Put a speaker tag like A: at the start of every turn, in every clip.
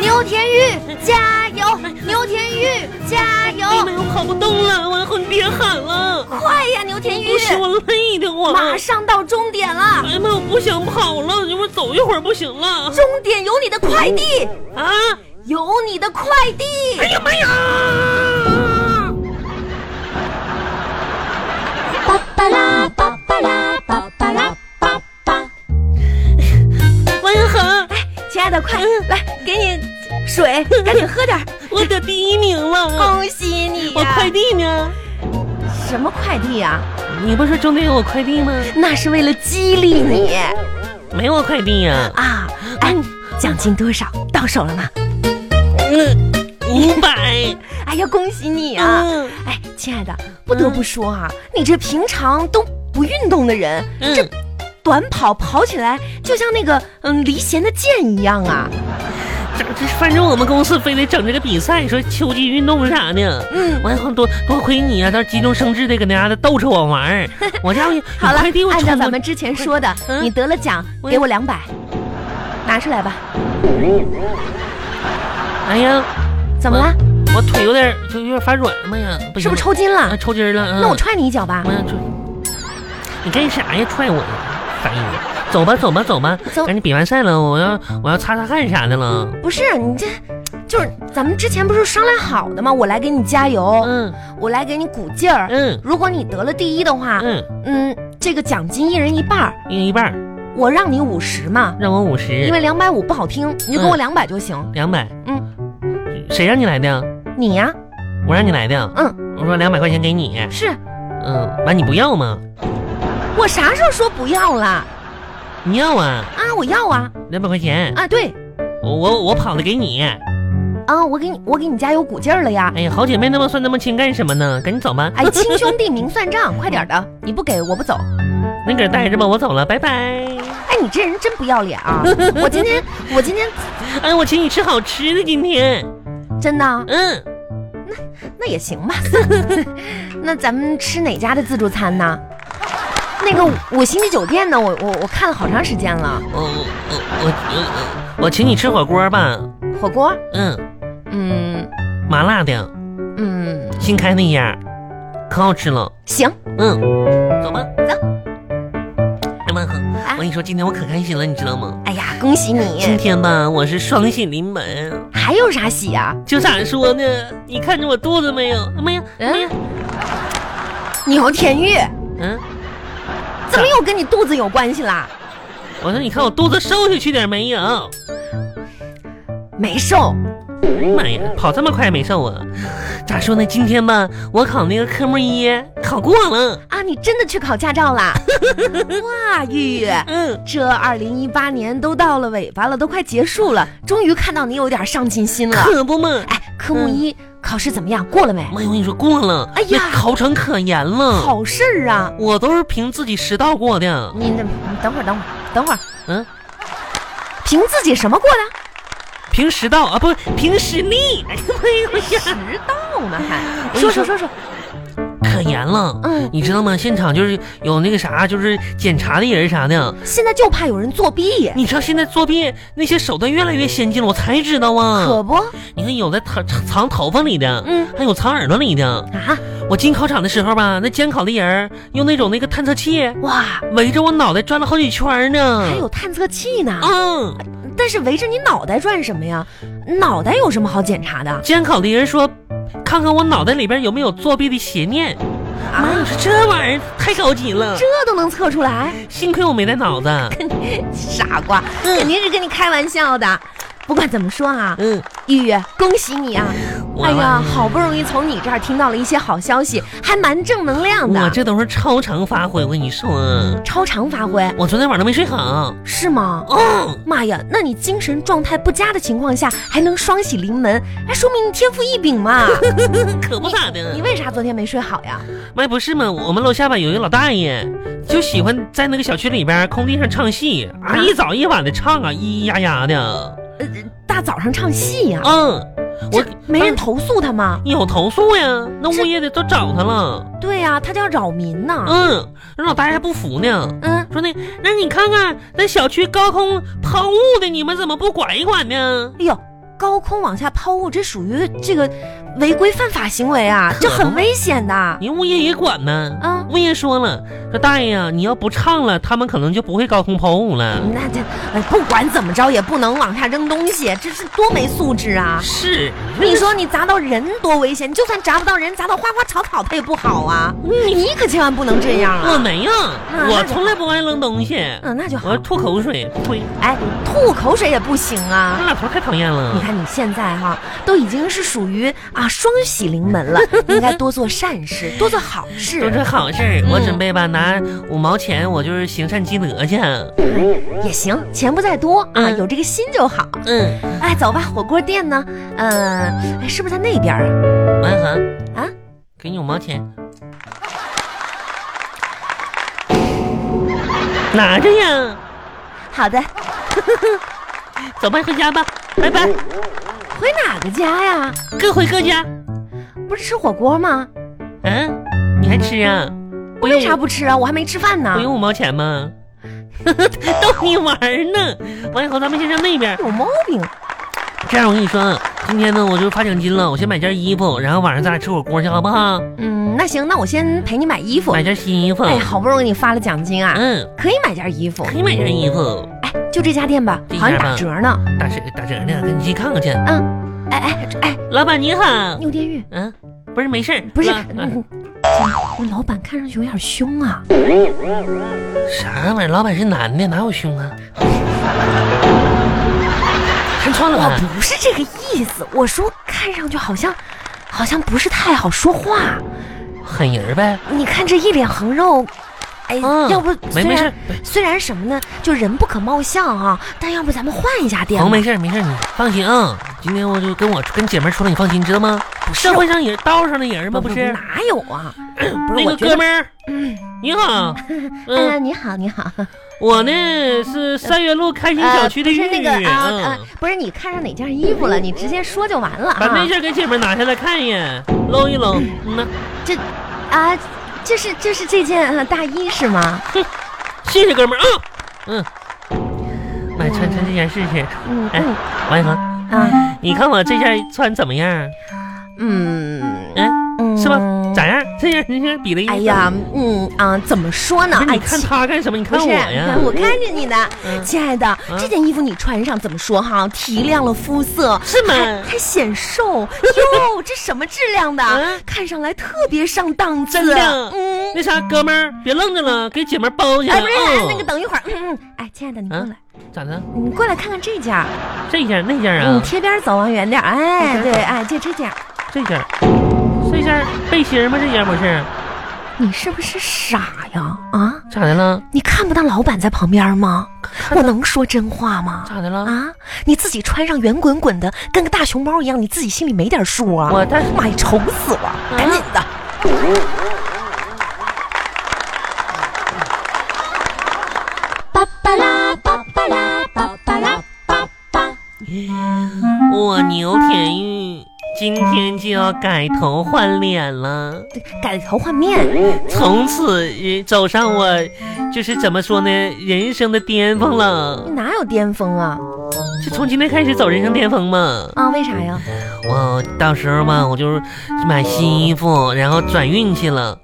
A: 牛田玉，加油！牛田玉，加
B: 哎
A: 油
B: 妈！呀，我跑不动了，我很别喊了，
A: 快呀，牛田玉
B: 不！是我累的我。
A: 马上到终点了，
B: 哎呀妈，我不想跑了，我走一会儿不行了
A: 终点有你的快递，
B: 啊！
A: 有你的快递。
B: 哎呀妈呀！
A: 巴巴拉巴巴拉巴巴拉巴巴。
B: 王一恒，
A: 亲爱的，快
B: 嗯
A: 来，给你水，赶紧喝点儿。
B: 我得第一名了，
A: 恭喜你
B: 我
A: 呀！
B: 快递呢？
A: 什么快递呀？
B: 你不是终点有我快递吗？
A: 那是为了激励你
B: 没我快递呀、
A: 啊！哎，奖金多少？到手了吗？
B: 嗯，五百。
A: 哎 呀，恭喜你啊！
B: 嗯，
A: 哎，亲爱的，不得不说啊，你这平常都不运动的人，
B: 嗯
A: 这短跑跑起来就像那个嗯离弦的箭一样啊！
B: 嗯这这反正我们公司非得整这个比赛，说秋季运动啥的。
A: 嗯，
B: 完后多多亏你啊，到时候急中生智的搁那家的逗着我玩儿。 我家伙有
A: 好了
B: 快递，我
A: 按照
B: 冲
A: 咱
B: 过
A: 们之前说的，
B: 嗯
A: 你得了奖，
B: 我
A: 给我两百，拿出来吧。
B: 哎呀，
A: 怎么
B: 嗯
A: 了？
B: 我腿有点儿就有点儿发软了嘛呀，
A: 是
B: 行
A: 不是
B: 了
A: 抽筋
B: 啊
A: 了？
B: 抽筋儿了？嗯
A: 那我踹你一脚吧
B: 我。想出，你干啥呀？踹我呀！烦人！走吧，走吧，走吧，
A: 走
B: 赶紧比完赛了，我要我要擦擦汗啥的了。
A: 不是你这，就是咱们之前不是商量好的吗？我来给你加油，
B: 嗯
A: 我来给你鼓劲儿。
B: 嗯
A: 如果你得了第一的话，
B: 嗯，
A: 嗯，这个奖金一人一半儿，
B: 一人一半儿，
A: 我让你五十嘛，
B: 让我五十，
A: 因为两百五不好听，你就给我两百就行。
B: 两百。
A: 嗯，
B: 谁让你来的？
A: 你呀，
B: 我让你来的。
A: 嗯，
B: 我说两百块钱给你。
A: 是
B: 嗯，完你不要吗？
A: 我啥时候说不要啦？
B: 你要啊，
A: 啊，我要啊
B: 两百块钱，
A: 啊，对
B: 我我我跑了给你。
A: 啊，我给你我给你加油鼓劲儿了呀。
B: 哎呀，好姐妹那么算那么亲干什么呢？赶紧走吧。
A: 哎，亲兄弟明算账， 快点儿的！你不给我不走。
B: 那搁这待着吧，我走了，拜拜。
A: 哎，你这人真不要脸啊！我今天我今天
B: 哎，我请你吃好吃的，今天。
A: 真的啊
B: 嗯，
A: 那也行吧。 那咱们吃哪家的自助餐呢？那个五星级酒店呢？我我我看了好长时间了。
B: 我我我我我请你吃火锅吧。
A: 火锅，
B: 嗯，
A: 嗯
B: 麻辣的，
A: 嗯，
B: 新开那嗯家，可好吃了。
A: 行，
B: 嗯，走吧。
A: 走。
B: 哎妈哼，我跟你说，今天我可开心了，你知道吗？
A: 哎呀，恭喜
B: 今
A: 你！
B: 天吧，我是双喜临门。
A: 还有啥喜啊？
B: 就咋说呢？你看着我肚子没有？没有，没有。
A: 牛田玉，
B: 嗯，
A: 怎么又跟你肚子有关系啦？
B: 我说你看我肚子瘦下去点没有？
A: 没瘦，
B: 妈哎呀，跑这么快没瘦啊？咋说呢？今天吧，我考那个科目一考过了。
A: 啊，你真的去考驾照 啦？哇，玉玉，
B: 嗯，
A: 这二零一八年都到了尾巴了，都快结束了，终于看到你有点上进心了。
B: 可不嘛。
A: 哎，科目一、考试怎么样？过了没？
B: 妈呀，我跟你说过了，
A: 哎呀
B: 那考场可严了。
A: 好事儿啊！
B: 我都是凭自己实到过的。
A: 你等你等会儿，等会儿，等会儿，
B: 嗯，
A: 凭自己什么过的？
B: 凭实到啊，不是凭实力。哎呀妈呀，我 呀，
A: 迟到呢还？
B: 我跟
A: 说
B: 你
A: 说
B: 说
A: 说说，
B: 可严了。
A: 嗯，
B: 你知道吗？现场就是有那个啥，就是检查的人啥的。
A: 现在就怕有人作弊，
B: 你知道现在作弊那些手段越来越先进了，我才知道
A: 可
B: 啊。
A: 不？
B: 你看，有的藏藏头发里的，
A: 嗯
B: 还有藏耳朵里的。
A: 啊，
B: 我进考场的时候吧，那监考的人儿用那种那个探测器
A: 哇，
B: 围着我脑袋转了好几圈儿呢。
A: 还有探测器呢。
B: 嗯，
A: 啊但是围着你脑袋转什么呀？脑袋有什么好检查的？
B: 监考的人说，看看我脑袋里边有没有作弊的邪念。妈，你说这玩意儿太高级了，
A: 啊这都能测出来？
B: 幸亏我没带脑子。
A: 傻瓜，
B: 嗯
A: 肯定是跟你开玩笑的。不管怎么说啊，
B: 嗯，
A: 玉玉，恭喜你啊！
B: 我
A: 哎呀，好不容易从你这儿听到了一些好消息，还蛮正能量
B: 我
A: 的。
B: 这都是超常发挥，我跟你说，
A: 超常发挥
B: 我昨天晚上没睡好。
A: 是吗？
B: 嗯，
A: 妈呀，那你精神状态不佳的情况下还能双喜临门，那说明你天赋异禀 嘛。
B: 啊可不咋
A: 你
B: 的。
A: 为啥昨天没睡好呀？
B: 妈不是嘛，我们楼下吧有一个老大爷，就喜欢在那个小区里边空地上唱戏啊，
A: 嗯
B: 一早一晚的唱啊，咿咿呀呀的。
A: 大早上唱戏呀、
B: 嗯，我
A: 没人投诉他吗？
B: 有投诉呀，那物业的都找他了。
A: 对呀、他叫扰民呢。
B: 嗯，那老大爷还不服呢。
A: 嗯，
B: 说那那你看看那小区高空抛物的，你们怎么不管一管呢？
A: 哎呦，高空往下抛物，这属于这个违规犯法行为啊，
B: 可
A: 这
B: 不
A: 很危险的。
B: 人物业也管呢。
A: 嗯
B: 物业说了，说大爷呀、你要不唱了，他们可能就不会高空抛物了。
A: 那这哎，不管怎么着也不能往下扔东西，这是多没素质啊！
B: 是，
A: 你说你砸到人多危险，就算砸不到人，砸到花花草草它也不好啊！你可千万不能这样
B: 我
A: 啊！
B: 没有，
A: 那
B: 我从来不爱扔东西。
A: 嗯，那就好
B: 我。吐口水，不会，
A: 哎，吐口水也不行啊！
B: 那老头太讨厌
A: 你
B: 了。
A: 看你现在哈、都已经是属于啊双喜临门了，应该多做善事，多做好
B: 做
A: 事
B: 这好事儿，我
A: 嗯
B: 准备吧，拿五毛钱，我就是行善积德去。啊
A: 也行，钱不在多啊，
B: 嗯
A: 有这个心就好。
B: 嗯，
A: 哎，走吧，火锅店呢？嗯、哎是不是在那边啊？
B: 蛮好
A: 啊，
B: 给你五毛钱，拿着呀，
A: 好的，
B: 走吧，回家吧，拜拜，
A: 嗯回哪个家呀？
B: 各回各家。
A: 不是吃火锅吗？
B: 嗯，你还吃啊？我
A: 为啥不吃啊？我还没吃饭呢
B: 不。用五毛钱吗？ 逗你玩儿呢。完以后咱们先上那边。
A: 有毛病！
B: 这样我跟你说，啊今天呢我就发奖金了，我先买件衣服，然后晚上咱俩吃火锅去，好不好？
A: 嗯，那行，那我先陪你买衣服。
B: 买件新衣服。
A: 哎，好不容易你发了奖金啊，
B: 嗯，
A: 可以买件衣服。
B: 可以买件衣服，
A: 哎，就这家店吧，
B: 这
A: 好像
B: 家吧
A: 打折呢。
B: 打折打折呢，跟你去看看去。
A: 哎哎哎，
B: 老板你好，
A: 牛电玉，
B: 嗯，不是没事儿，
A: 不是，
B: 老啊
A: 嗯这老板看上去有点凶啊。
B: 啥玩意儿？老板是男的，哪有胸啊？看错了吧？
A: 我哦不是这个意思，我说看上去好像，好像不是太好说话。
B: 狠人儿呗。
A: 你看这一脸横肉，哎，
B: 嗯
A: 要不
B: 没
A: 虽
B: 没事
A: 然哎
B: 儿，
A: 虽然什么呢，就人不可貌相啊，但要不咱们换一家店
B: 红
A: 吧？
B: 没事儿没事儿，你放心啊。今天我就跟我跟姐们儿说了，你放心，知道吗？
A: 不是
B: 社会上也道上的人吗？不是，
A: 哪有啊？不是
B: 那
A: 我
B: 个
A: 觉
B: 哥
A: 得，
B: 们儿，你好，嗯，
A: 哎，你好，你好，
B: 我呢是三元路开心 小区的
A: 呃
B: 玉
A: 不是那
B: 玉，
A: 个啊啊
B: 嗯，，
A: 不是你看上哪件衣服了，你直接说就完了
B: 把那
A: 啊。
B: 件给姐们儿拿下来看一眼，搂一搂，嗯呐，
A: 这啊，这是这是这件呃大衣是吗？
B: 谢谢哥们儿啊，嗯，买穿穿这件试试，
A: 嗯
B: 哎
A: 嗯
B: 王一恒，
A: 啊
B: 你看我这件穿怎么样？
A: 嗯
B: 嗯，
A: 嗯，
B: 是吧？咋样？这件你看比了一，
A: 哎，呀，嗯啊，怎么说呢
B: 不？是
A: 哎
B: 你看
A: 其
B: 他干什么？你
A: 不
B: 看
A: 是，啊
B: 我
A: 你
B: 呀
A: 看，我看着你呢，
B: 嗯
A: 亲爱的，这件衣服你穿上怎么说哈？提亮了肤色，
B: 是吗？
A: 还显瘦。 哟，这什么质量的
B: 嗯？
A: 看上来特别上档次。
B: 真的
A: 嗯，
B: 那啥，哥们儿，别愣着了，给姐们儿包去。
A: 哎，不是，哎那个
B: 嗯
A: 等一会儿，嗯嗯，哎，亲爱的，你过来，
B: 咋的？
A: 你过来看看这件儿，
B: 这件儿那件儿
A: 你
B: 啊，嗯
A: 贴边儿走，往远点儿。哎，
B: OK
A: 对，哎，就这件儿。
B: 这件儿，这件儿背心儿吗？这件儿不是？
A: 你是不是傻呀？啊，
B: 咋的了？
A: 你看不到老板在旁边吗？我能说真话吗？
B: 咋的了？
A: 啊，你自己穿上圆滚滚的，跟个大熊猫一样，你自己心里没点数啊？
B: 我啊但是
A: 妈呀，愁死我！赶紧的，
C: 巴巴拉巴巴拉巴巴拉巴巴。
B: 我牛田玉今天就要改头换脸了，
A: 改头换面，
B: 从此呃走上我就是怎么说呢，人生的巅峰
A: 你
B: 了。
A: 哪有巅峰啊？
B: 就从今天开始走人生巅峰嘛。
A: 啊，为啥呀？
B: 我到时候嘛，我就是买新衣服，然后转运气了。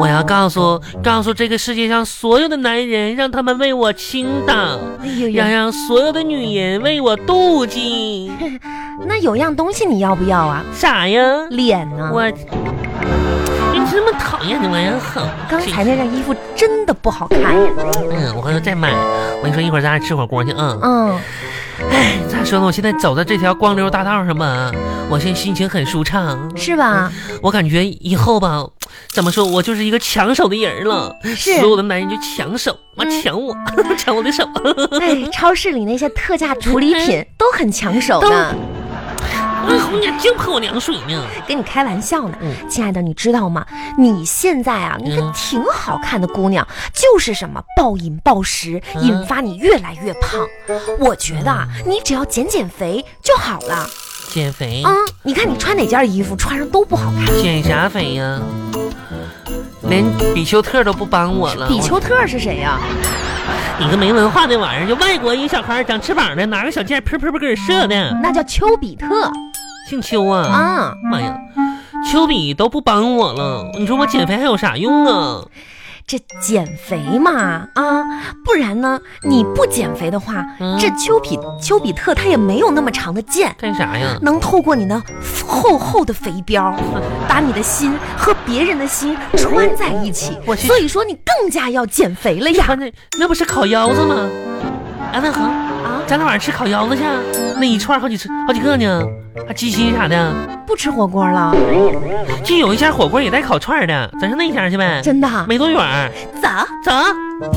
B: 我要告诉告诉这个世界上所有的男人，让他们为我倾倒，
A: 哎呦
B: 要
A: 呦，
B: 让所有的女人为我妒忌。
A: 那有样东西你要不要啊？
B: 啥呀？
A: 脸呢？
B: 我，你这么讨厌的玩意儿好。
A: 刚才那件衣服真的不好看。
B: 嗯，我回头再买。我跟你说，一会儿咱俩吃火锅去啊。
A: 嗯，
B: 咋说呢？我现在走在这条光溜大道上吧，我现在心情很舒畅。
A: 是吧？
B: 我感觉以后吧，怎么说，我就是一个抢手的人了。
A: 是
B: 所有的男人就抢手，妈
A: 嗯
B: 抢我， 抢我的手。
A: 哎，超市里那些特价处理 品都很抢手呢，
B: 哎红娘净泼我凉水呢。
A: 跟你开玩笑呢。
B: 嗯
A: 亲爱的，你知道吗？你现在啊，那个
B: 嗯
A: 挺好看的姑娘，就是什么暴饮暴食，
B: 嗯
A: 引发你越来越胖。我觉得啊，你只要减减肥就好了。
B: 减肥
A: 啊、，你看你穿哪件衣服，穿上都不好看。
B: 减啥肥呀？连比丘特都不帮我了，
A: 比丘特是谁啊呀、
B: 我你个没文化的玩意儿！就外国一个小孩长翅膀的，拿个小箭噗噗噗给人射的，
A: 那叫丘比特
B: 姓丘啊！
A: 嗯啊、
B: 妈呀，丘比都不帮我了，你说我减肥还有啥用啊？
A: 这减肥嘛，啊，不然呢，你不减肥的话，
B: 嗯
A: 这丘比丘比特它也没有那么长的剑，
B: 干啥呀？
A: 能透过你那厚厚的肥膘， 把你的心和别人的心穿在一起
B: 我。去
A: 所以说你更加要减肥了呀！
B: 穿的那不是烤腰子吗？哎，万恒，
A: 啊，
B: 咱俩晚上吃烤腰子去，啊那一串好几吃好几个呢，还鸡心啥的。
A: 不吃火锅了，
B: 就有一家火锅也带烤串的，咱上那家去呗。
A: 真的啊。
B: 没多远儿，
A: 走，
B: 走。